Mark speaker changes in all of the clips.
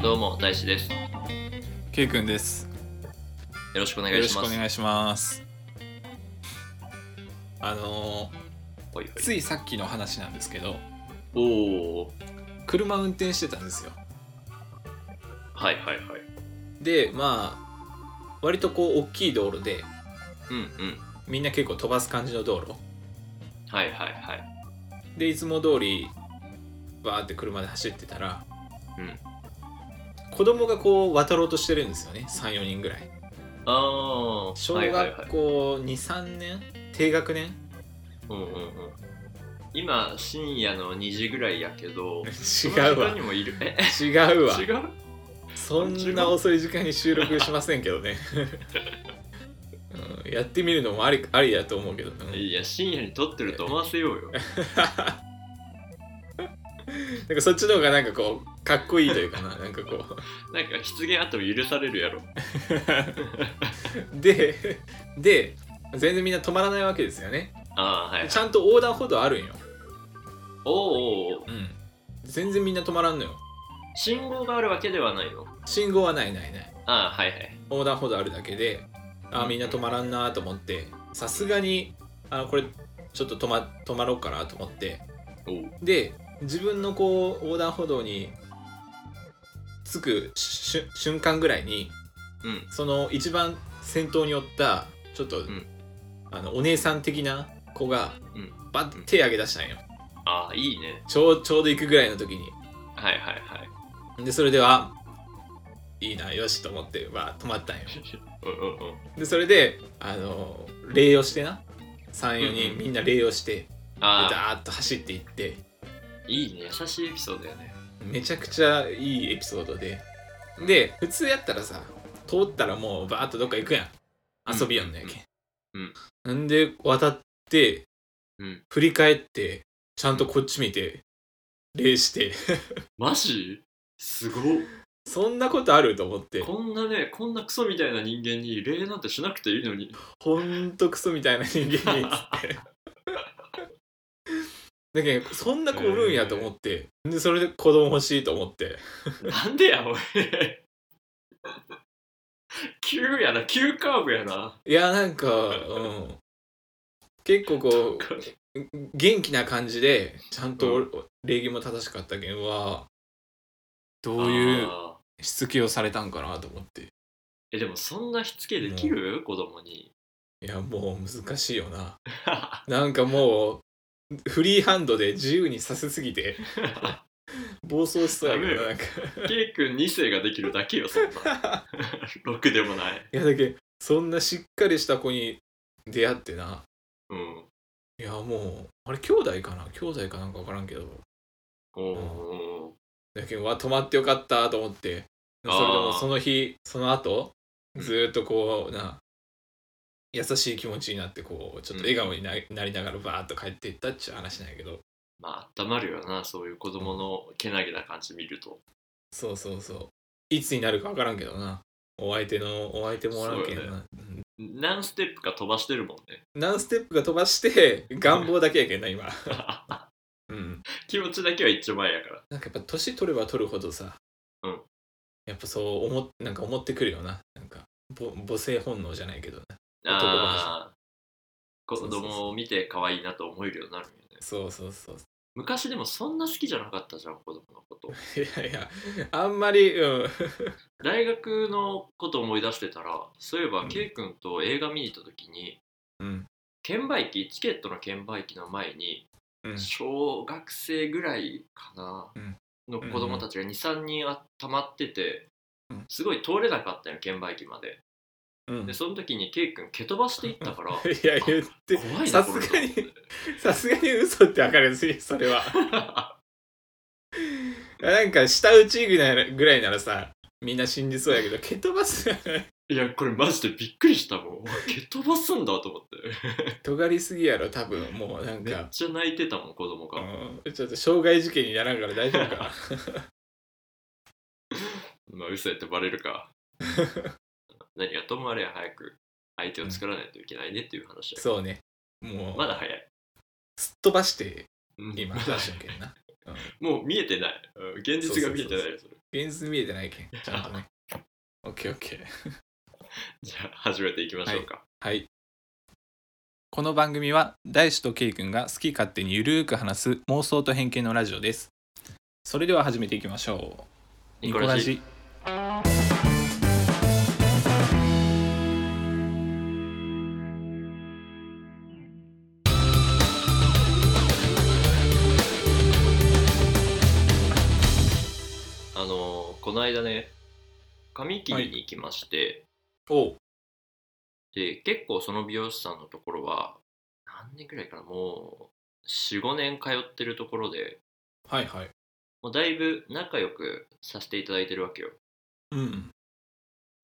Speaker 1: どうも大志ですよ
Speaker 2: K 君です。
Speaker 1: ろしくお願
Speaker 2: よ
Speaker 1: い
Speaker 2: ろ
Speaker 1: し
Speaker 2: しく
Speaker 1: ま
Speaker 2: お
Speaker 1: す
Speaker 2: 願いします。あの
Speaker 1: ほいほ
Speaker 2: ー
Speaker 1: い
Speaker 2: ついさっきの話なんですけど、
Speaker 1: おお
Speaker 2: 車運転してたんですよ。
Speaker 1: はいはいはい
Speaker 2: で、まあ割とこう大きい道路で、
Speaker 1: うんうん
Speaker 2: みんな結構飛ばす感じの道路
Speaker 1: はいはいはい
Speaker 2: でいつも通りバーって車で走ってたら、
Speaker 1: うん
Speaker 2: 子供がこう渡ろうとしてるんですよね。3、4人ぐらい。
Speaker 1: ああー
Speaker 2: 小
Speaker 1: はい
Speaker 2: 学
Speaker 1: はいはい
Speaker 2: 校2、3年低 学年
Speaker 1: うんうんうん今深夜の2時ぐらいやけど
Speaker 2: 違
Speaker 1: そうの人
Speaker 2: わ
Speaker 1: に。もいるえ
Speaker 2: 違うわ。
Speaker 1: 違う
Speaker 2: そんな遅い時間に収録しませんけど ね、うんやってみるのもありありだと思うけど、うん
Speaker 1: いや深夜に撮ってると思わせようよ
Speaker 2: なんかそっちの方がなんかこうかっこいいというか ななんかこ
Speaker 1: なんか失言あっても許されるやろ
Speaker 2: うでで全然みんな止まらないわけですよね
Speaker 1: ああはいはい
Speaker 2: ちゃんと横断歩道あるんよ、
Speaker 1: おーおーおー
Speaker 2: うん、全然みんな止まらんのよ
Speaker 1: 信号があるわけではないの
Speaker 2: 信号はないないない
Speaker 1: ああはいはい
Speaker 2: 横断歩道あるだけであーみんな止まらんなーと思ってさすがにあのこれちょっと止ま止まろうかなと思って
Speaker 1: おう
Speaker 2: で自分のこう横断歩道に着くしゅ瞬間ぐらいに
Speaker 1: うん
Speaker 2: その一番先頭におったちょっと、
Speaker 1: ん
Speaker 2: あのお姉さん的な子が
Speaker 1: うん
Speaker 2: バッて手上げ出したんよ
Speaker 1: ああいいね
Speaker 2: ちょうちょうど行くぐらいの時に
Speaker 1: はいはい はい
Speaker 2: でそれではいいなよしと思ってわー止まったんよ
Speaker 1: うんうんうん
Speaker 2: でそれであの礼をしてな34
Speaker 1: うんう
Speaker 2: 人
Speaker 1: ん
Speaker 2: みんな礼をしてで
Speaker 1: ああ
Speaker 2: ダーッと走っていって
Speaker 1: いいね優しいエピソードやね
Speaker 2: めちゃくちゃいいエピソードでで普通やったらさ通ったらもうバーッとどっか行くやん遊びやんのや
Speaker 1: うん
Speaker 2: け、
Speaker 1: うん
Speaker 2: なんで渡って
Speaker 1: うん
Speaker 2: 振り返ってちゃんとこっち見て礼して
Speaker 1: マジすごっ
Speaker 2: そんなことあると思って
Speaker 1: こんなねこんなクソみたいな人間に礼なんてしなくていいのに
Speaker 2: ほんとクソみたいな人間につって だけどそんな子おるんやと思ってでそれで子供欲しいと思って
Speaker 1: なんでやおい 急やな急カーブやない
Speaker 2: やなんか、うん、結構こう元気な感じでちゃんとお礼儀も正しかったけんはどういう
Speaker 1: あー
Speaker 2: しつけをされたんかなと思って
Speaker 1: えでもそんなしつけできる子供に
Speaker 2: いやもう難しいよななんかもうフリーハンドで自由にさせすぎて暴走しそうやけど
Speaker 1: ダメ
Speaker 2: なんか
Speaker 1: K 君2世ができるだけよそんな ろくでもない
Speaker 2: いやだけそんなしっかりした子に出会ってな
Speaker 1: うん
Speaker 2: いやもうあれ兄弟かな兄弟かなんか分からんけど
Speaker 1: おー
Speaker 2: だけどうわ止まってよかったと思ってそれでもその日その後ずーっとこうな優しい気持ちになってこうちょっと笑顔にななりながらバーッと帰っていったっちゅう話なんやけど
Speaker 1: まあ温まるよなそういう子供のけなげな感じ見ると
Speaker 2: そうそうそういつになるか分からんけどなお相手のお相手もおらんけど
Speaker 1: そう
Speaker 2: な、
Speaker 1: 何ステップか飛ばしてるもんね
Speaker 2: 何ステップか飛ばして願望だけやけんな今うん
Speaker 1: 気持ちだけは一丁前やから
Speaker 2: なんかやっぱ年取れば取るほどさ、
Speaker 1: うん
Speaker 2: やっぱそう思っなんか思ってくるよななんかぼ母性本能じゃないけどな男
Speaker 1: ああ子
Speaker 2: そうそうそう
Speaker 1: 供を見て可愛いなと思えるようになるよね
Speaker 2: そうそうそう
Speaker 1: 昔でもそんな好きじゃなかったじゃん子供の こと
Speaker 2: いやいやあんまりうん
Speaker 1: 大学のこと思い出してたらそういえば
Speaker 2: うん
Speaker 1: K 君と映画見に行った時に
Speaker 2: うん
Speaker 1: 券売機チケットの券売機の前に
Speaker 2: うん
Speaker 1: 小学生ぐらいかな
Speaker 2: うん
Speaker 1: の子供たちが23人あたまってて
Speaker 2: うん
Speaker 1: すごい通れなかったよ券売機まで
Speaker 2: うん
Speaker 1: でその時に K 君蹴飛ばしていったから
Speaker 2: いや言って
Speaker 1: 怖いな
Speaker 2: さすが
Speaker 1: これ
Speaker 2: に
Speaker 1: と
Speaker 2: さすがに嘘ってわかるしそれは なんか舌打ちぐらいなぐらいならさみんな信じそうやけど蹴飛ばす
Speaker 1: いや、これマジでびっくりしたもん。 うわ蹴飛ばすんだと思って。
Speaker 2: 尖りすぎやろ多分もうなん
Speaker 1: めっ
Speaker 2: か、
Speaker 1: ちゃ泣いてたもん、子供が。
Speaker 2: うんちょっと傷害事件にならんから大丈夫 かな
Speaker 1: まあ、嘘やってバレる か。何がともあれ早く相手を作らないといけないねっていう話だよ
Speaker 2: そうねもう
Speaker 1: まだ早い。
Speaker 2: すっ飛ばして
Speaker 1: うん
Speaker 2: 今
Speaker 1: まだ
Speaker 2: 話しとけんな
Speaker 1: もう見えてない。うん現実が見えてないよ、それ。
Speaker 2: 現実見えてないけん。ちゃんと ね。オッケーオッケー。
Speaker 1: じゃあ始めていきましょうか。
Speaker 2: はい。この番組は大志とケイ君が好き勝手にゆるーく話す妄想と偏見のラジオです。それでは始めていきましょう。
Speaker 1: ニコラジ
Speaker 2: ニコ
Speaker 1: あのーこの間ね髪切りに行きまして、
Speaker 2: ラジ。
Speaker 1: で結構その美容師さんのところは何年くらいかなもう45年通ってるところで
Speaker 2: おはいはい。
Speaker 1: もうだいぶ仲良くさせていただいてるわけよ
Speaker 2: うん。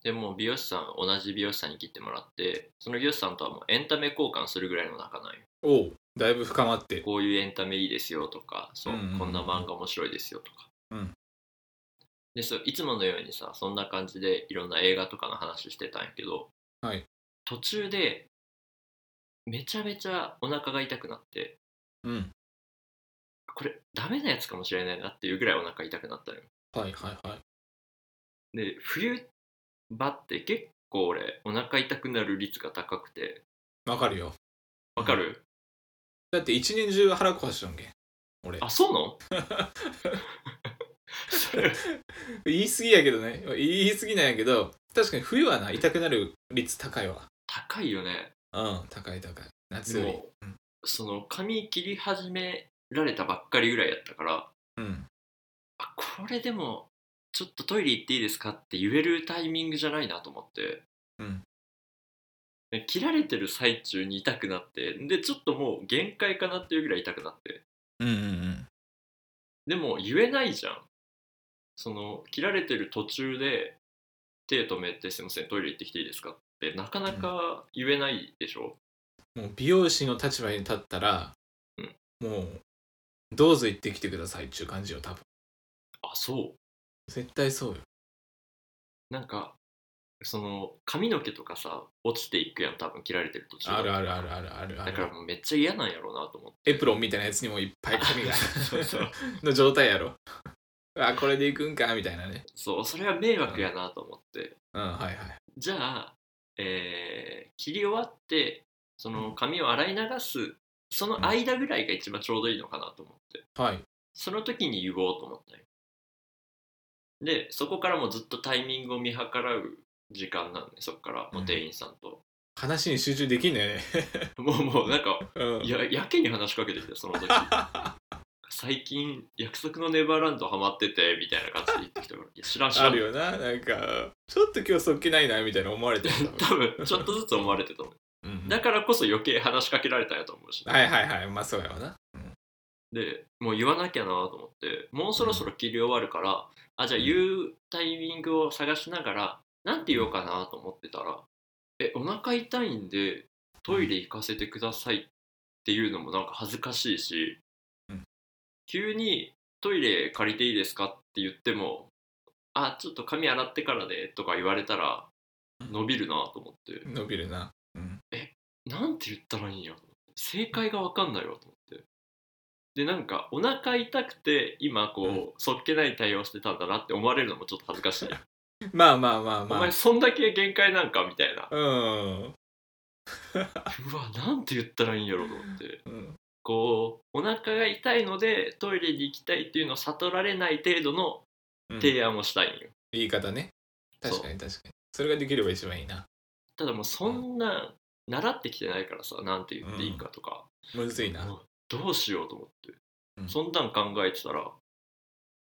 Speaker 1: でもう美容師さん同じ美容師さんに切ってもらってその美容師さんとはもうエンタメ交換するぐらいの仲なんよ
Speaker 2: おうだいぶ深まって。
Speaker 1: こういうエンタメいいですよとかそう、
Speaker 2: うんうんうん
Speaker 1: こんな漫画面白いですよとか、
Speaker 2: うん
Speaker 1: でそういつものようにさそんな感じでいろんな映画とかの話してたんやけど、
Speaker 2: はい
Speaker 1: 途中でめちゃめちゃお腹が痛くなって
Speaker 2: うん。
Speaker 1: これダメなやつかもしれないなっていうぐらいお腹痛くなったのよ
Speaker 2: はいはいはい。
Speaker 1: で冬場って結構俺お腹痛くなる率が高くて
Speaker 2: わかるよ。
Speaker 1: わかる、
Speaker 2: だって一年中腹壊しとんけん。俺。
Speaker 1: あそう なんそれ
Speaker 2: 言い過ぎやけどね。言い過ぎなんやけど、確かに冬はな、痛くなる率高いわ。
Speaker 1: 高いよね
Speaker 2: うん、高い高い。夏
Speaker 1: で
Speaker 2: より
Speaker 1: も。
Speaker 2: うん
Speaker 1: その髪切り始められたばっかりぐらいやったから
Speaker 2: うん。
Speaker 1: あこれでもちょっとトイレ行っていいですかって言えるタイミングじゃないなと思って、
Speaker 2: うん
Speaker 1: で切られてる最中に痛くなってでちょっともう限界かなっていうぐらい痛くなって
Speaker 2: うんうんうん。
Speaker 1: でも言えないじゃんその切られてる途中で手止めて「すいませんトイレ行ってきていいですか?」ってなかなか言えないでしょ、
Speaker 2: もう美容師の立場に立ったら、
Speaker 1: うん
Speaker 2: もうどうぞ行ってきてくださいっていう感じよ多分
Speaker 1: あそう
Speaker 2: 絶対そうよ
Speaker 1: なんかその髪の毛とかさ落ちていくやん多分切られてる途中
Speaker 2: あるあるあるあるあるあ
Speaker 1: だ
Speaker 2: る
Speaker 1: からもうめっちゃ嫌なんやろうなと思って
Speaker 2: エプロンみたいなやつにもいっぱい髪が
Speaker 1: そうそう
Speaker 2: の状態やろあこれで行くんかみたいなね
Speaker 1: そうそれは迷惑やなと思って
Speaker 2: うんはいはい
Speaker 1: じゃあ、えー切り終わってその髪を洗い流すその間ぐらいが一番ちょうどいいのかなと思って
Speaker 2: はい
Speaker 1: その時に言おうと思ったよでそこからもうずっとタイミングを見計らう時間なんでそこからもう店員さんと、
Speaker 2: 話に集中できんのよね
Speaker 1: もうもうなんか
Speaker 2: うん
Speaker 1: いや、やけに話しかけてきた、その時。最近、約束のネバーランドハマってて、みたいな感じで言ってきたから、いや、知らん知ら
Speaker 2: あ
Speaker 1: ん。
Speaker 2: るよななんかちょっと今日そっけないなみたいな思われてる 多
Speaker 1: 多分、ちょっとずつ思われてたの。
Speaker 2: 分、うん
Speaker 1: だからこそ余計話しかけられたんやと思うし、
Speaker 2: はいはいはいまあそうやわな
Speaker 1: で、もう言わなきゃなと思って、もうそろそろ切り終わるから、あ、じゃあ言うタイミングを探しながら、なんて言おうかなと思ってたら、え、お腹痛いんで、トイレ行かせてくださいっていうのもなんか恥ずかしいし、
Speaker 2: うん
Speaker 1: 急にトイレ借りていいですかって言っても、あ、ちょっと髪洗ってからでとか言われたら
Speaker 2: うん、
Speaker 1: 伸びるなと思って、
Speaker 2: 伸びるな、うん、
Speaker 1: なんて言ったらいいんやと思って正解がわかんないわと思って。で、なんか、お腹痛くて、今、こう、そっけない対応してたんだなって思われるのもちょっと恥ずかしい。
Speaker 2: まあまあまあまあ
Speaker 1: お前、そんだけ限界なんかみたい な。
Speaker 2: うん
Speaker 1: うわ、なんて言ったらいいんやろと思って。
Speaker 2: うん
Speaker 1: こう、お腹が痛いので、トイレに行きたいっていうのを悟られない程度の
Speaker 2: うん
Speaker 1: 提案をしたいんよ。
Speaker 2: 言い方ね
Speaker 1: そう
Speaker 2: 確かに確かにそれができれば一番いいな
Speaker 1: ただもう、そんな、習ってきてないからさ、なんて言っていいかとか、
Speaker 2: むずいな
Speaker 1: もうどうしようと思って、
Speaker 2: うん
Speaker 1: そんなん考えてたら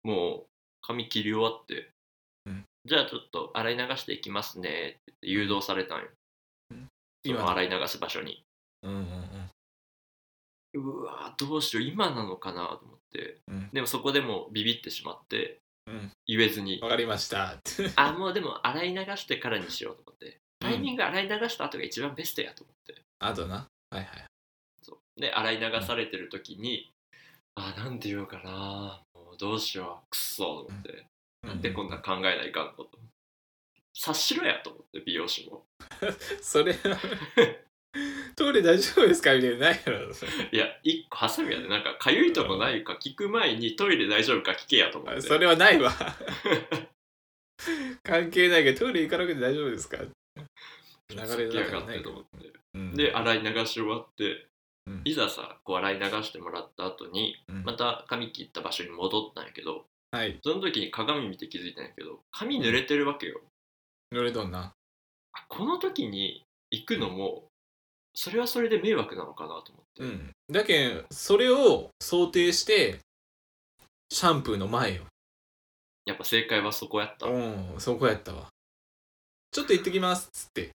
Speaker 1: もう髪切り終わって、
Speaker 2: うん
Speaker 1: じゃあちょっと洗い流していきますねって誘導されたんよ、
Speaker 2: うん
Speaker 1: その
Speaker 2: 今の
Speaker 1: 洗い流す場所に
Speaker 2: うんうんうん
Speaker 1: うわどうしよう今なのかなと思って、
Speaker 2: うん
Speaker 1: でもそこでもうビビってしまって、
Speaker 2: うん
Speaker 1: 言えずに
Speaker 2: わかりました って
Speaker 1: あもうでも洗い流してからにしようと思ってタイミング洗い流した後が一番ベストやと思って、
Speaker 2: あとなはいはい
Speaker 1: そうで洗い流されてる時に、あなんて言おうかなもうどうしようくっそと思って、なんでこんな考えないかんのと 察しろやと思って美容師も
Speaker 2: それはトイレ大丈夫ですかみたいなのないやろそれ
Speaker 1: いや一個ハサミやでなんかかゆいとこないか聞く前にトイレ大丈夫か聞けやと思っ
Speaker 2: あ
Speaker 1: て
Speaker 2: それはないわ 関係ないけどトイレ行かなくて大丈夫ですか流れの
Speaker 1: やが
Speaker 2: 中
Speaker 1: っ
Speaker 2: にな
Speaker 1: て
Speaker 2: い
Speaker 1: と
Speaker 2: か
Speaker 1: 思って
Speaker 2: ら、うん
Speaker 1: で洗い流し終わって、
Speaker 2: うん
Speaker 1: いざさこう洗い流してもらった後に
Speaker 2: うん
Speaker 1: また髪切った場所に戻ったんやけど
Speaker 2: はい
Speaker 1: その時に鏡見て気づいたんやけど髪濡れてるわけよ
Speaker 2: 濡れとんな
Speaker 1: あこの時に行くのもそれはそれで迷惑なのかなと思って、
Speaker 2: うんだけんそれを想定してシャンプーの前よ
Speaker 1: やっぱ正解はそこやった、
Speaker 2: うんそこやったわちょっと行ってきますっつって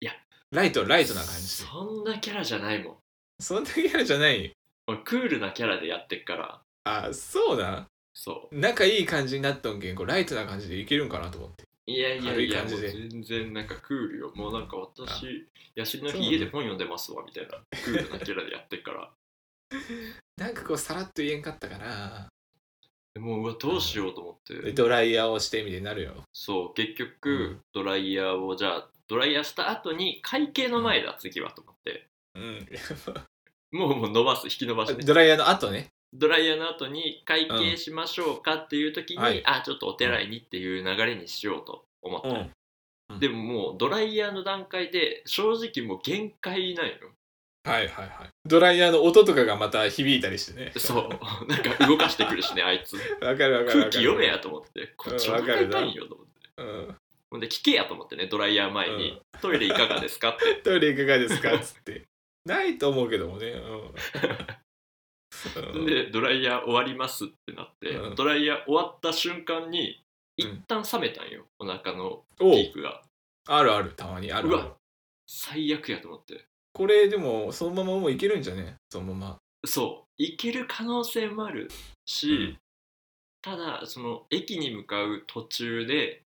Speaker 1: いや
Speaker 2: ライトライトな感じで
Speaker 1: そんなキャラじゃないもん
Speaker 2: そんなキャラじゃないよ
Speaker 1: 俺クールなキャラでやってっから
Speaker 2: あそうだ
Speaker 1: そ
Speaker 2: 仲いい感じになっとんけんこうライトな感じでいけるんかなと思って
Speaker 1: ういやいや
Speaker 2: 軽
Speaker 1: い
Speaker 2: い
Speaker 1: や
Speaker 2: 感
Speaker 1: も
Speaker 2: じ
Speaker 1: う
Speaker 2: で
Speaker 1: 全然なんかクールよもうなんか私休みの
Speaker 2: そうな
Speaker 1: 日
Speaker 2: ん
Speaker 1: 家
Speaker 2: だ
Speaker 1: で本読んでますわみたいなクールなキャラでやってっから
Speaker 2: なんかこうさらっと言えんかったから
Speaker 1: でもううわどうしようと思って、
Speaker 2: でドライヤーをしてみたいになるよ
Speaker 1: そう結局、
Speaker 2: うん
Speaker 1: ドライヤーをじゃあドライヤーした後に会計の前だ次はと思って
Speaker 2: うん
Speaker 1: もうもう伸ばす引き伸ばして
Speaker 2: ドライヤーの後ね
Speaker 1: ドライヤーの後に会計しましょうかっていう時に、
Speaker 2: うんはい
Speaker 1: あちょっとお手洗いにっていう流れにしようと思った、
Speaker 2: うんうん
Speaker 1: でももうドライヤーの段階で正直もう限界ないの
Speaker 2: はいはいはいドライヤーの音とかがまた響いたりしてね
Speaker 1: そうなんか動かしてくるしねあいつ
Speaker 2: わかるわかるわかる
Speaker 1: 空気読めやと思ってこっちお腹痛いんよと思って
Speaker 2: うん
Speaker 1: ほんで聞けやと思ってねドライヤー前に、トイレいかがですかって
Speaker 2: トイレいかがですかっつってないと思うけどもね うんうん
Speaker 1: でドライヤー終わりますってなって、
Speaker 2: うん
Speaker 1: ドライヤー終わった瞬間に
Speaker 2: うん
Speaker 1: 一旦冷めたんよ、お腹の
Speaker 2: お
Speaker 1: ピ
Speaker 2: う
Speaker 1: ークが
Speaker 2: あるあるたまにある
Speaker 1: うわ最悪やと思って
Speaker 2: これでもそのままもういけるんじゃねそのまま
Speaker 1: そう行ける可能性もあるし、
Speaker 2: うん
Speaker 1: ただその駅に向かう途中で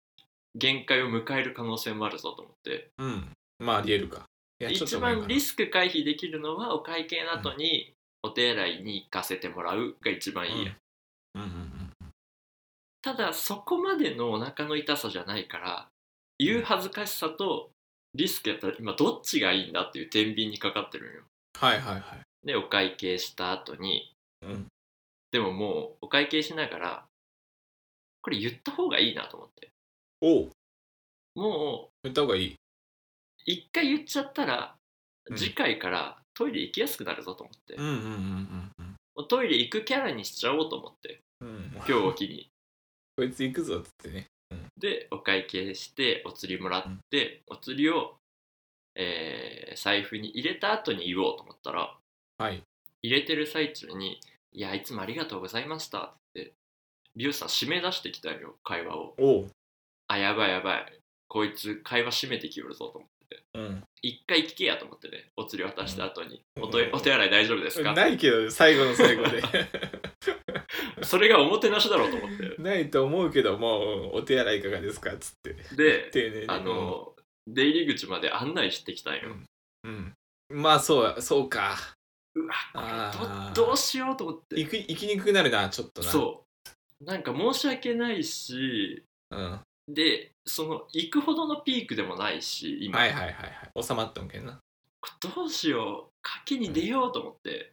Speaker 1: 限界を迎える可能性もあるぞと思って
Speaker 2: うんまあありえるかいやちょっ
Speaker 1: 一
Speaker 2: と前か
Speaker 1: 番
Speaker 2: な
Speaker 1: リスク回避できるのはお会計の後にお手洗いに行かせてもらうが一番いいや、
Speaker 2: うんうんうんうん
Speaker 1: ただそこまでのお腹の痛さじゃないから言う恥ずかしさとリスクやったら今どっちがいいんだっていう天秤にかかってるんよ
Speaker 2: はいはいはい
Speaker 1: でお会計した後に
Speaker 2: うん
Speaker 1: でももうお会計しながらこれ言った方がいいなと思って
Speaker 2: おう
Speaker 1: もう
Speaker 2: 言った方がいい
Speaker 1: 一回言っちゃったら
Speaker 2: うん
Speaker 1: 次回からトイレ行きやすくなるぞと思って、
Speaker 2: うんうんうんうん
Speaker 1: もうトイレ行くキャラにしちゃおうと思って
Speaker 2: うん
Speaker 1: 今日を機に
Speaker 2: こいつ行くぞっつってね
Speaker 1: でお会計してお釣りもらって、お釣りを、えー財布に入れた後に言おうと思ったら
Speaker 2: はい
Speaker 1: 入れてる最中に「いやいつもありがとうございました」って美容師さん締め出してきたんよ会話を
Speaker 2: おう
Speaker 1: あやばいやばいこいつ会話締めてきよるぞと思って
Speaker 2: うん
Speaker 1: 一回聞けやと思ってねお釣り渡した後に、
Speaker 2: うん
Speaker 1: おとお手洗い大丈夫ですか
Speaker 2: ないけど最後の最 後で
Speaker 1: それがおもてなしだろうと思って
Speaker 2: ないと思うけどもうお手洗いいかがですかっつって
Speaker 1: で
Speaker 2: 丁寧に
Speaker 1: あの出入り口まで案内してきたんよ、
Speaker 2: うんまあそうやそうか
Speaker 1: うわ
Speaker 2: あー
Speaker 1: どどうしようと思って
Speaker 2: 行く行きにくくなるなちょっとな
Speaker 1: そうなんか申し訳ないし
Speaker 2: う、ん、は
Speaker 1: でその行くほどのピークでもないし
Speaker 2: い
Speaker 1: 今、
Speaker 2: はいはいはい収まっとんけんな
Speaker 1: どうしよう賭けに出ようと思って、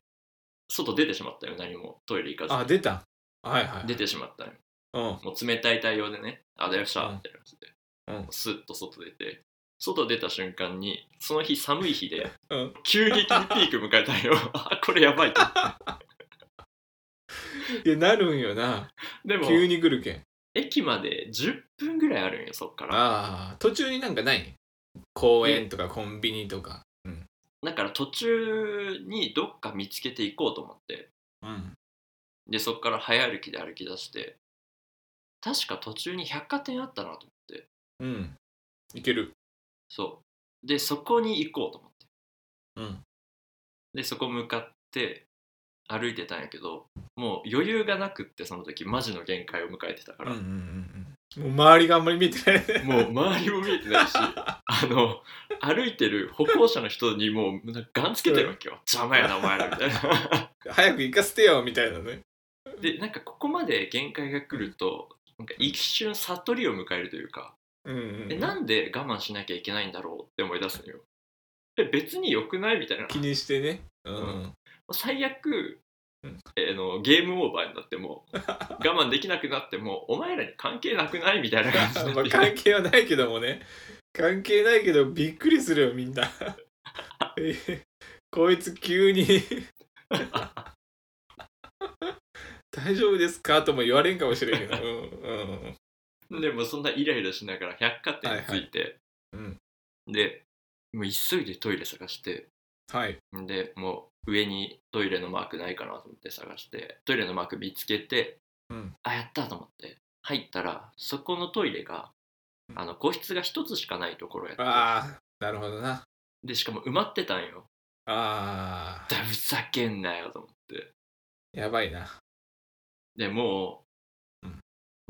Speaker 1: 外出てしまったよ何もトイレ行かず
Speaker 2: あ出たはいはい
Speaker 1: 出てしまったよ
Speaker 2: うん
Speaker 1: もう冷たい対応でねあよっしゃ
Speaker 2: うん
Speaker 1: みたいな感じで、
Speaker 2: うん
Speaker 1: スッと外出て外出た瞬間にその日寒い日で、
Speaker 2: うん
Speaker 1: 急激にピーク迎えた んよあこれやばいと
Speaker 2: いやなるんよな
Speaker 1: でも
Speaker 2: 急に来るけん
Speaker 1: 駅まで10分ぐらいあるんよそっから
Speaker 2: ああ途中になんかない公園とかコンビニとか
Speaker 1: だから途中にどっか見つけていこうと思って
Speaker 2: うん
Speaker 1: でそっから早歩きで歩き出して確か途中に百貨店あったなと思って
Speaker 2: うんいける
Speaker 1: そうでそこに行こうと思って
Speaker 2: うん
Speaker 1: でそこ向かって歩いてたんやけどもう余裕がなくってその時マジの限界を迎えてたか
Speaker 2: うんう
Speaker 1: ら、
Speaker 2: んうんうんもう周りがあんまり見えてない
Speaker 1: もう 周りも見えてないしあの歩いてる歩行者の人にもうなんかガンつけてるわけよ邪魔やなお前らみたいな。
Speaker 2: 早く行かせてよみたいなね
Speaker 1: でなんかここまで限界が来るとなんか一瞬悟りを迎えるというか、
Speaker 2: うんうん
Speaker 1: えなんで我慢しなきゃいけないんだろうって思い出すのよえ別に良くないみたいな
Speaker 2: 気にしてねうん、
Speaker 1: うん最悪、
Speaker 2: うん
Speaker 1: えーのゲームオーバーになって も我慢できなくなってもお前らに関係なくないみたいな感じになっ
Speaker 2: まあ
Speaker 1: てきて
Speaker 2: 関係はないけどもね関係ないけどびっくりするよみんな えこいつ急に大丈夫ですかとも言われんかもしれんけど、うんうん
Speaker 1: でもそんなイライラしながら百貨店に着いて、
Speaker 2: はいはい
Speaker 1: でもう急いでトイレ探して
Speaker 2: はい
Speaker 1: でもう上にトイレのマークないかなと思って探してトイレのマーク見つけて、
Speaker 2: うん
Speaker 1: あやったと思って入ったらそこのトイレが
Speaker 2: うん
Speaker 1: あの個室が一つしかないところやっ
Speaker 2: ああなるほどな
Speaker 1: てでしかも埋まってたんよ
Speaker 2: あ
Speaker 1: だふざけんなよと思って
Speaker 2: ーやばいな
Speaker 1: でもう、
Speaker 2: うん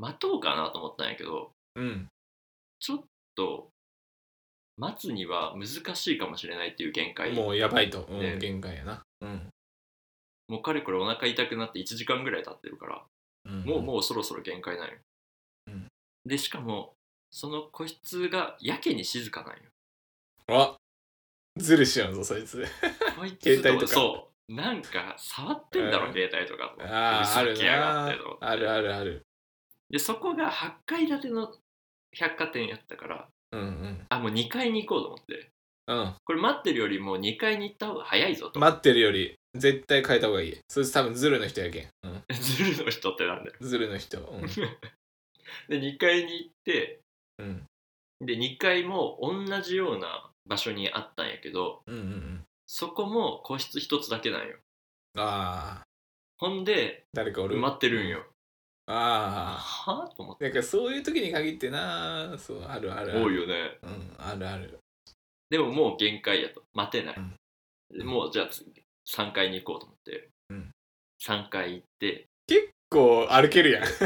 Speaker 1: 待とうかなと思ったんやけど
Speaker 2: うん
Speaker 1: ちょっと待つには難しいかもしれないっていう限界
Speaker 2: もうやばいと、うん
Speaker 1: ね
Speaker 2: 限界やな、うん
Speaker 1: もうかれこれお腹痛くなって1時間ぐらい経ってるから
Speaker 2: うん
Speaker 1: もうもうそろそろ限界なんよ、
Speaker 2: うん
Speaker 1: でしかもその個室がやけに静 かなんよ
Speaker 2: あズルしやんぞそいつ
Speaker 1: こいつ
Speaker 2: 携帯とか
Speaker 1: そうなんか触ってんだろ、
Speaker 2: うん
Speaker 1: 携帯とか
Speaker 2: あああ
Speaker 1: ふ
Speaker 2: る
Speaker 1: ざけやがっ
Speaker 2: な
Speaker 1: てと思って
Speaker 2: あるあるある
Speaker 1: でそこが8階建ての百貨店やったから
Speaker 2: うんうん
Speaker 1: あもう2階に行こうと思って
Speaker 2: うん
Speaker 1: これ待ってるよりも2階に行った方が早いぞと、
Speaker 2: 待ってるより絶対変えた方がいいそいつ多分ズルの人やけん、うん、
Speaker 1: ズルの人ってなんだよ
Speaker 2: ズルの人 うん、
Speaker 1: で2階に行って
Speaker 2: うん、
Speaker 1: で2階も同じような場所にあったんやけど
Speaker 2: うんうんうん
Speaker 1: そこも個室1つだけなんよ
Speaker 2: ああ
Speaker 1: ほんで
Speaker 2: 誰かおる
Speaker 1: 埋まってるんよ
Speaker 2: あ
Speaker 1: はあと思っ
Speaker 2: あ
Speaker 1: て
Speaker 2: なんかそういう時に限ってなそうあるあるある
Speaker 1: 多いよね
Speaker 2: うんあるある
Speaker 1: でももう限界やと待てない、
Speaker 2: うん
Speaker 1: でもうじゃあ次3階に行こうと思って、
Speaker 2: うん
Speaker 1: 3階行って
Speaker 2: 結構歩けるやん 結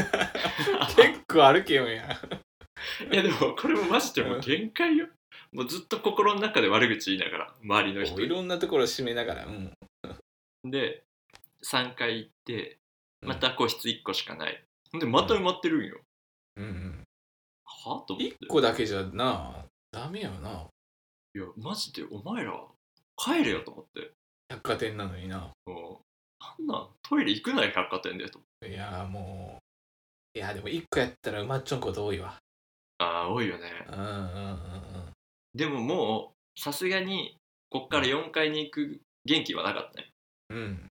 Speaker 2: 構歩けよんやん
Speaker 1: いやでもこれもマジでもう限界よもうずっと心の中で悪口言いながら周りの人
Speaker 2: いろんなところ締めながらうん
Speaker 1: にで3階行ってまた個室1個しかないほんでまた埋まってるんよ、
Speaker 2: うんうん
Speaker 1: はあと思って
Speaker 2: 1個だけじゃなダメよない
Speaker 1: やマジでお前ら帰れよと思って
Speaker 2: 百貨店なのにな
Speaker 1: もうなんなんトイレ行くなよ百貨店でと
Speaker 2: いやーもういやーでも1個やったらうまっちょんこと多いわ
Speaker 1: ああ多いよね
Speaker 2: うんうんうんうん
Speaker 1: でももうさすがにこっから4階に行く元気はなかったね
Speaker 2: うん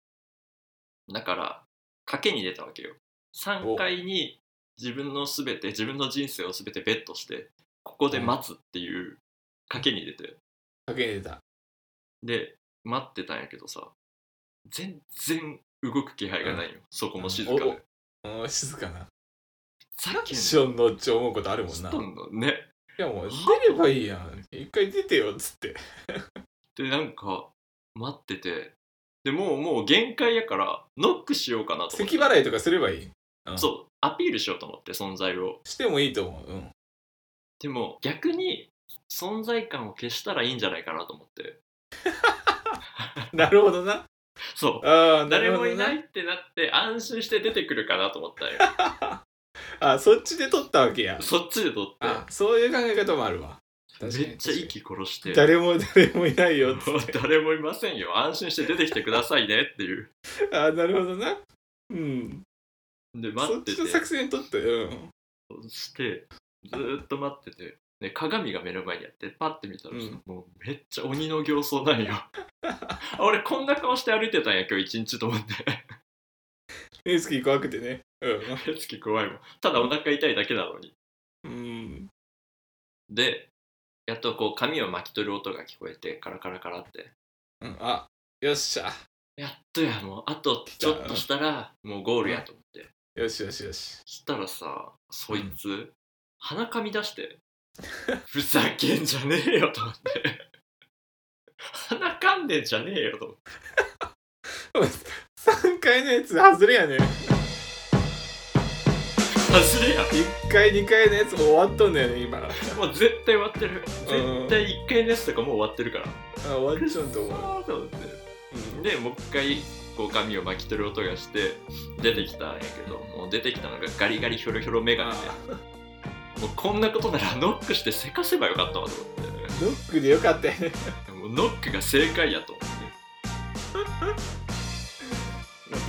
Speaker 1: だから賭けに出たわけよ3階に自分のすべて自分の人生をすべてベットしてここで待つっていう賭けに出て
Speaker 2: かけてた
Speaker 1: で待ってたんやけどさ全然動く気配がないよ、そこも静か
Speaker 2: お
Speaker 1: で
Speaker 2: おうん静かな
Speaker 1: さっき
Speaker 2: ションのって思うことあるもん
Speaker 1: ス
Speaker 2: な
Speaker 1: トンのね
Speaker 2: いやもう出ればいいやん一回出てよっつ って
Speaker 1: でなんか待っててでもうもう限界やからノックしようかなと思って
Speaker 2: 咳払いとかすればいい
Speaker 1: そうアピールしようと思って存在を
Speaker 2: してもいいと思ううん
Speaker 1: でも逆に存在感を消したらいいんじゃないかなと思って
Speaker 2: なるほどな
Speaker 1: そ
Speaker 2: あー
Speaker 1: う誰もいな
Speaker 2: る
Speaker 1: いってなって安心して出てくるかなと思ったんよ
Speaker 2: ほどなあそっちで取ったわけや
Speaker 1: そっちで撮って
Speaker 2: あそういう考え方もあるわ確かに
Speaker 1: めっちゃ息殺して
Speaker 2: 誰も 誰もいないよっ つ
Speaker 1: もう
Speaker 2: って
Speaker 1: 誰もいませんよ安心して出てきてくださいねっていう
Speaker 2: あーなるほどなうん
Speaker 1: で待
Speaker 2: そ
Speaker 1: っ
Speaker 2: ってち
Speaker 1: て
Speaker 2: の作戦取ってうん
Speaker 1: そしてずーっと待ってて、ね、鏡が目の前にあってパッて見たら、
Speaker 2: うん
Speaker 1: もうめっちゃ鬼の形相 なんよあ俺こんな顔して歩いてたんや今日一日と思って
Speaker 2: エースキー怖くてねう
Speaker 1: 月怖いもんただお腹痛いだけなのに
Speaker 2: んうん
Speaker 1: でやっとこう髪を巻き取る音が聞こえてカラカラカラって
Speaker 2: うんあよっしゃ
Speaker 1: やっとやもうあとちょっとしたらもうゴールやと思って
Speaker 2: よしよしよし
Speaker 1: そしたらさそいつ、鼻かみ出してふざけんじゃねえよと思って鼻かんでんじゃねえよと思って
Speaker 2: 3回のやつ外れやね
Speaker 1: 外れや
Speaker 2: 1回2回のやつも終わっとんだよね今
Speaker 1: もう絶対終わってる
Speaker 2: うん
Speaker 1: 絶対1回のやつとかもう終わってるから
Speaker 2: あ終わっちゃうと思う、
Speaker 1: そうと思ってでもう一回こう髪を巻き取る音がして出てきたんやけどもう出てきたのがガリガリヒョロヒョロメガネで
Speaker 2: あ
Speaker 1: もうこんなことならノックしてせかせばよかったわと思って
Speaker 2: ノックでよかったよね。
Speaker 1: でもノックが正解やと 思って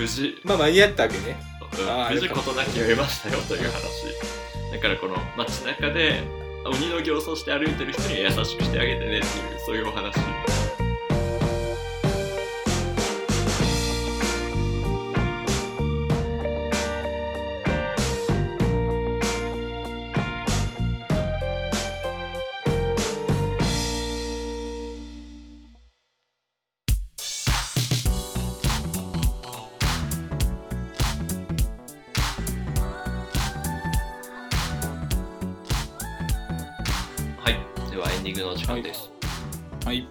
Speaker 1: 無事
Speaker 2: まあ間に合ったわけね。あー
Speaker 1: 無事事なきを得ましたよという話だからこの街中で鬼の形相して歩いてる人には優しくしてあげてねっていうそういうお話はいではエンディングの時間です、
Speaker 2: はい。
Speaker 1: い、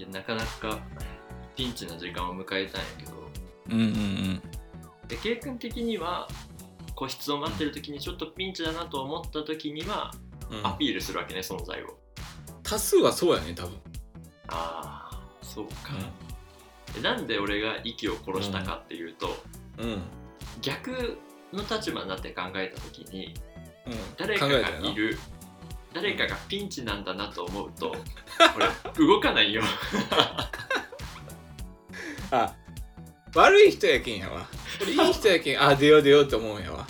Speaker 1: やなかなかピンチな時間を迎えたんやけど
Speaker 2: うんうんうん。
Speaker 1: で圭君的には個室を待ってる時にちょっとピンチだなと思った時にはアピールするわけね存在を
Speaker 2: 多数はそうやね、多分。
Speaker 1: ああそうか、でなんで俺が息を殺したかっていうと、
Speaker 2: うん。うん。
Speaker 1: 逆の立場になって考えた時に誰
Speaker 2: 考
Speaker 1: か
Speaker 2: えた
Speaker 1: が
Speaker 2: よ
Speaker 1: い
Speaker 2: な。
Speaker 1: る誰かがピンチなんだなと思うと俺動かないよ
Speaker 2: あ悪い人やけんやわ。俺いい人やけん、あ、出よう出ようと思うんやわ。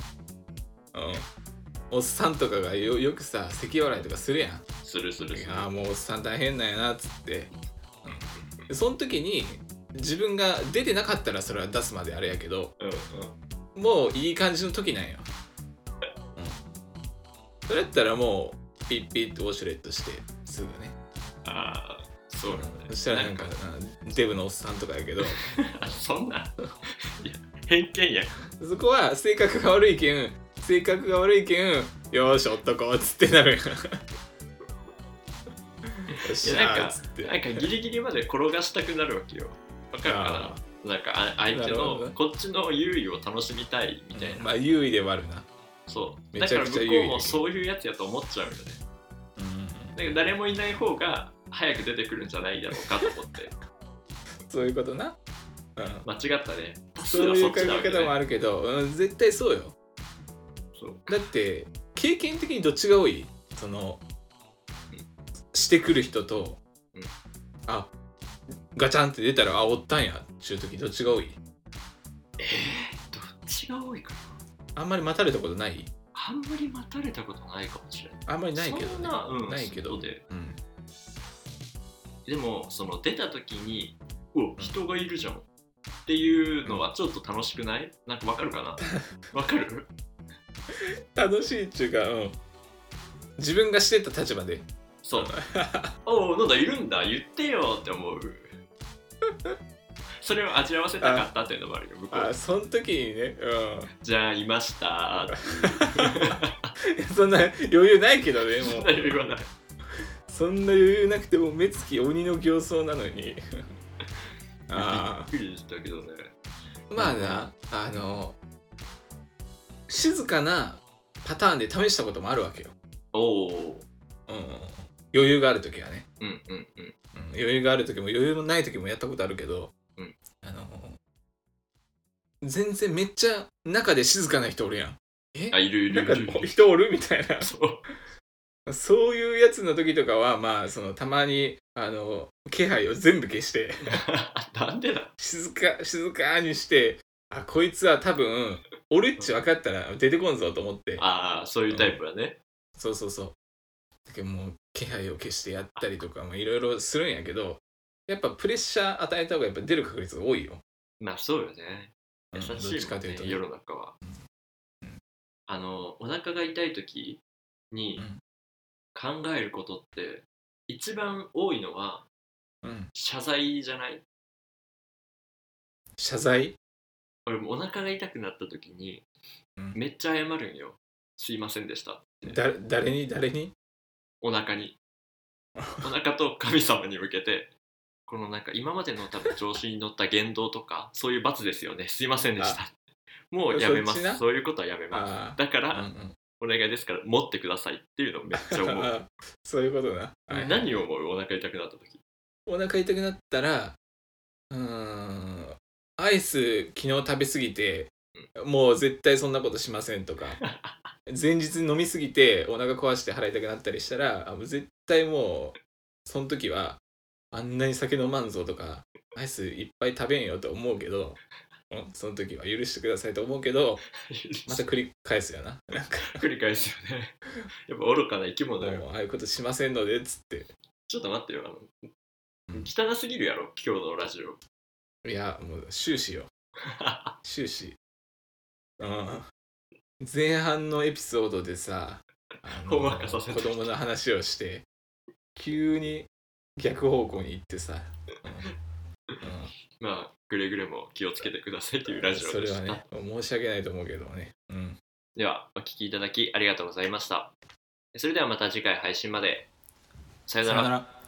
Speaker 2: うん。おっさんとかがよよくさ、咳払いとかするやん。
Speaker 1: するするする
Speaker 2: ああ、もうおっさん大変なんやなっつって。うんでその時に自分が出てなかったらそれは出すまであれやけど、
Speaker 1: うんうん
Speaker 2: もういい感じの時なんよ、うん、それやったらもうピッピッとウォシュレットしてすぐね
Speaker 1: ああそうなんだよ
Speaker 2: そしたらなんかうんデブのおっさんとかやけど
Speaker 1: あそんないや偏見や
Speaker 2: そこは性格が悪いけん性格が悪いけんよーしおっとこうっつってなるやんよっし
Speaker 1: いやな
Speaker 2: ゃー
Speaker 1: ん
Speaker 2: っ
Speaker 1: か
Speaker 2: つって
Speaker 1: なんかギリギリまで転がしたくなるわけよわかるか
Speaker 2: あ
Speaker 1: ななんかあ相手
Speaker 2: なるほど
Speaker 1: の
Speaker 2: ね
Speaker 1: こっちの優位を楽しみたいみたいな、
Speaker 2: まあ優位ではあるな、
Speaker 1: そうだ
Speaker 2: め
Speaker 1: か
Speaker 2: ちゃ
Speaker 1: ら
Speaker 2: く
Speaker 1: 向
Speaker 2: ち
Speaker 1: こ
Speaker 2: ゃ優位
Speaker 1: うもそういうやつやと思っちゃうよねだから誰もいない方が早く出てくるんじゃないだろうかと思 って
Speaker 2: そういうことな、うん、
Speaker 1: 間違ったね。多数
Speaker 2: そう
Speaker 1: は
Speaker 2: いう
Speaker 1: そっ
Speaker 2: 考
Speaker 1: ちだわけ
Speaker 2: え
Speaker 1: ね
Speaker 2: 方もあるけど、うん、絶対そうよ
Speaker 1: そう
Speaker 2: だって経験的にどっちが多いそのしてくる人と、
Speaker 1: うん
Speaker 2: あガチャンって出たらあおったんやっちゅう時どっちが多い
Speaker 1: えー、どっちが多いかな
Speaker 2: あんまり待たれたことない
Speaker 1: あんまり待たれたことないかもしれない。
Speaker 2: あんまりないけどね
Speaker 1: そんな、うん、
Speaker 2: ないけど
Speaker 1: 外で。
Speaker 2: うん
Speaker 1: でも、その出た時に、うお、人がいるじゃん。っていうのはちょっと楽しくないなんかわかる かなわかる
Speaker 2: 楽しいっちゅうか、うん、自分がしてた立場で
Speaker 1: そう。 おお、なんだ、いるんだ、言ってよって思う。 それを味わわせたかったっていうのもあるよ、向こ
Speaker 2: あ
Speaker 1: う。
Speaker 2: その時にね、
Speaker 1: じゃあ、いま した
Speaker 2: うん、 そんな余裕ないけどね
Speaker 1: そ
Speaker 2: も
Speaker 1: ん
Speaker 2: う
Speaker 1: な言わない。
Speaker 2: そんな余裕なくても目つき鬼の形相な のにあ
Speaker 1: びっくりしたけどね。
Speaker 2: あまあなあの静かなパターンで試したこともあるわけよ、
Speaker 1: おお。
Speaker 2: うんうんうん、余裕がある時はね、
Speaker 1: うんうんうん。
Speaker 2: うん、余裕がある時も余裕のない時もやったことあるけど、
Speaker 1: うん
Speaker 2: あの全然めっちゃ中で静かな人おるやんえ
Speaker 1: あ、いるいる
Speaker 2: ないんか
Speaker 1: るいる。
Speaker 2: 人おるみたいな
Speaker 1: そう。
Speaker 2: そういうやつの時とかはまあそのたまにあの気配を全部消して
Speaker 1: なんでだ
Speaker 2: 静か静かにしてあこいつは多分俺っち分かったら出てこんぞと思って
Speaker 1: ああ、そういうタイプだね。
Speaker 2: そうそうそうだけどもう気配を消してやったりとかもいろいろするんやけどやっぱプレッシャー与えた方がやっぱ出る確率が多いよ
Speaker 1: まあそうよね。優しいもん
Speaker 2: うんどっちかと
Speaker 1: ね
Speaker 2: いうとね
Speaker 1: 世の中は
Speaker 2: うん。
Speaker 1: あの、お腹が痛い時に
Speaker 2: うん
Speaker 1: 考えることって、一番多いのは
Speaker 2: うん
Speaker 1: 謝罪じゃない
Speaker 2: 謝罪
Speaker 1: 俺もお腹が痛くなった時に
Speaker 2: うん、
Speaker 1: めっちゃ謝るんよ。すいませんでした。
Speaker 2: だ誰に誰に
Speaker 1: お腹 に。お腹と神様に向けて、このなんか今までの多分調子に乗った言動とか、そういう罰ですよね。すいませんでした。もうやめま
Speaker 2: そっち
Speaker 1: す。
Speaker 2: な
Speaker 1: そういうことはやめます。
Speaker 2: あ
Speaker 1: だか
Speaker 2: あ、う
Speaker 1: ら、
Speaker 2: ん
Speaker 1: お願いですから、持ってくださいっていうのをめっちゃ
Speaker 2: うん、
Speaker 1: 思う。
Speaker 2: あ そういうことな、はい
Speaker 1: 何を思うお腹痛くなった時。
Speaker 2: お腹痛くなったらうーんアイス昨日食べ過ぎてもう絶対そんなことしませんとか前日に飲み過ぎてお腹壊して腹痛くなったりしたらあもう絶対もうその時はあんなに酒飲まんぞとかアイスいっぱい食べんよと思うけどうんその時は許してくださいと思うけどまた繰り返すよななんか
Speaker 1: 繰り返すよね。やっぱ愚かな生き物よ。
Speaker 2: もうああいうことしませんのでっつって
Speaker 1: ちょっと待ってよ。あの
Speaker 2: うん
Speaker 1: 汚すぎるやろ、今日のラジオ。
Speaker 2: いやもう終始よ終始うん前半のエピソードでさあ
Speaker 1: ほんわかさせて
Speaker 2: 子供の話をして急に逆方向に行っ てさ、うんうん
Speaker 1: まあ、くれぐれも気をつけてくださいというラジオ
Speaker 2: そ
Speaker 1: で
Speaker 2: れ
Speaker 1: した。
Speaker 2: はね申し訳ないと思うけどね、うん、
Speaker 1: では、お聞きいただきありがとうございました。それではまた次回配信まで。さよなら。
Speaker 2: ら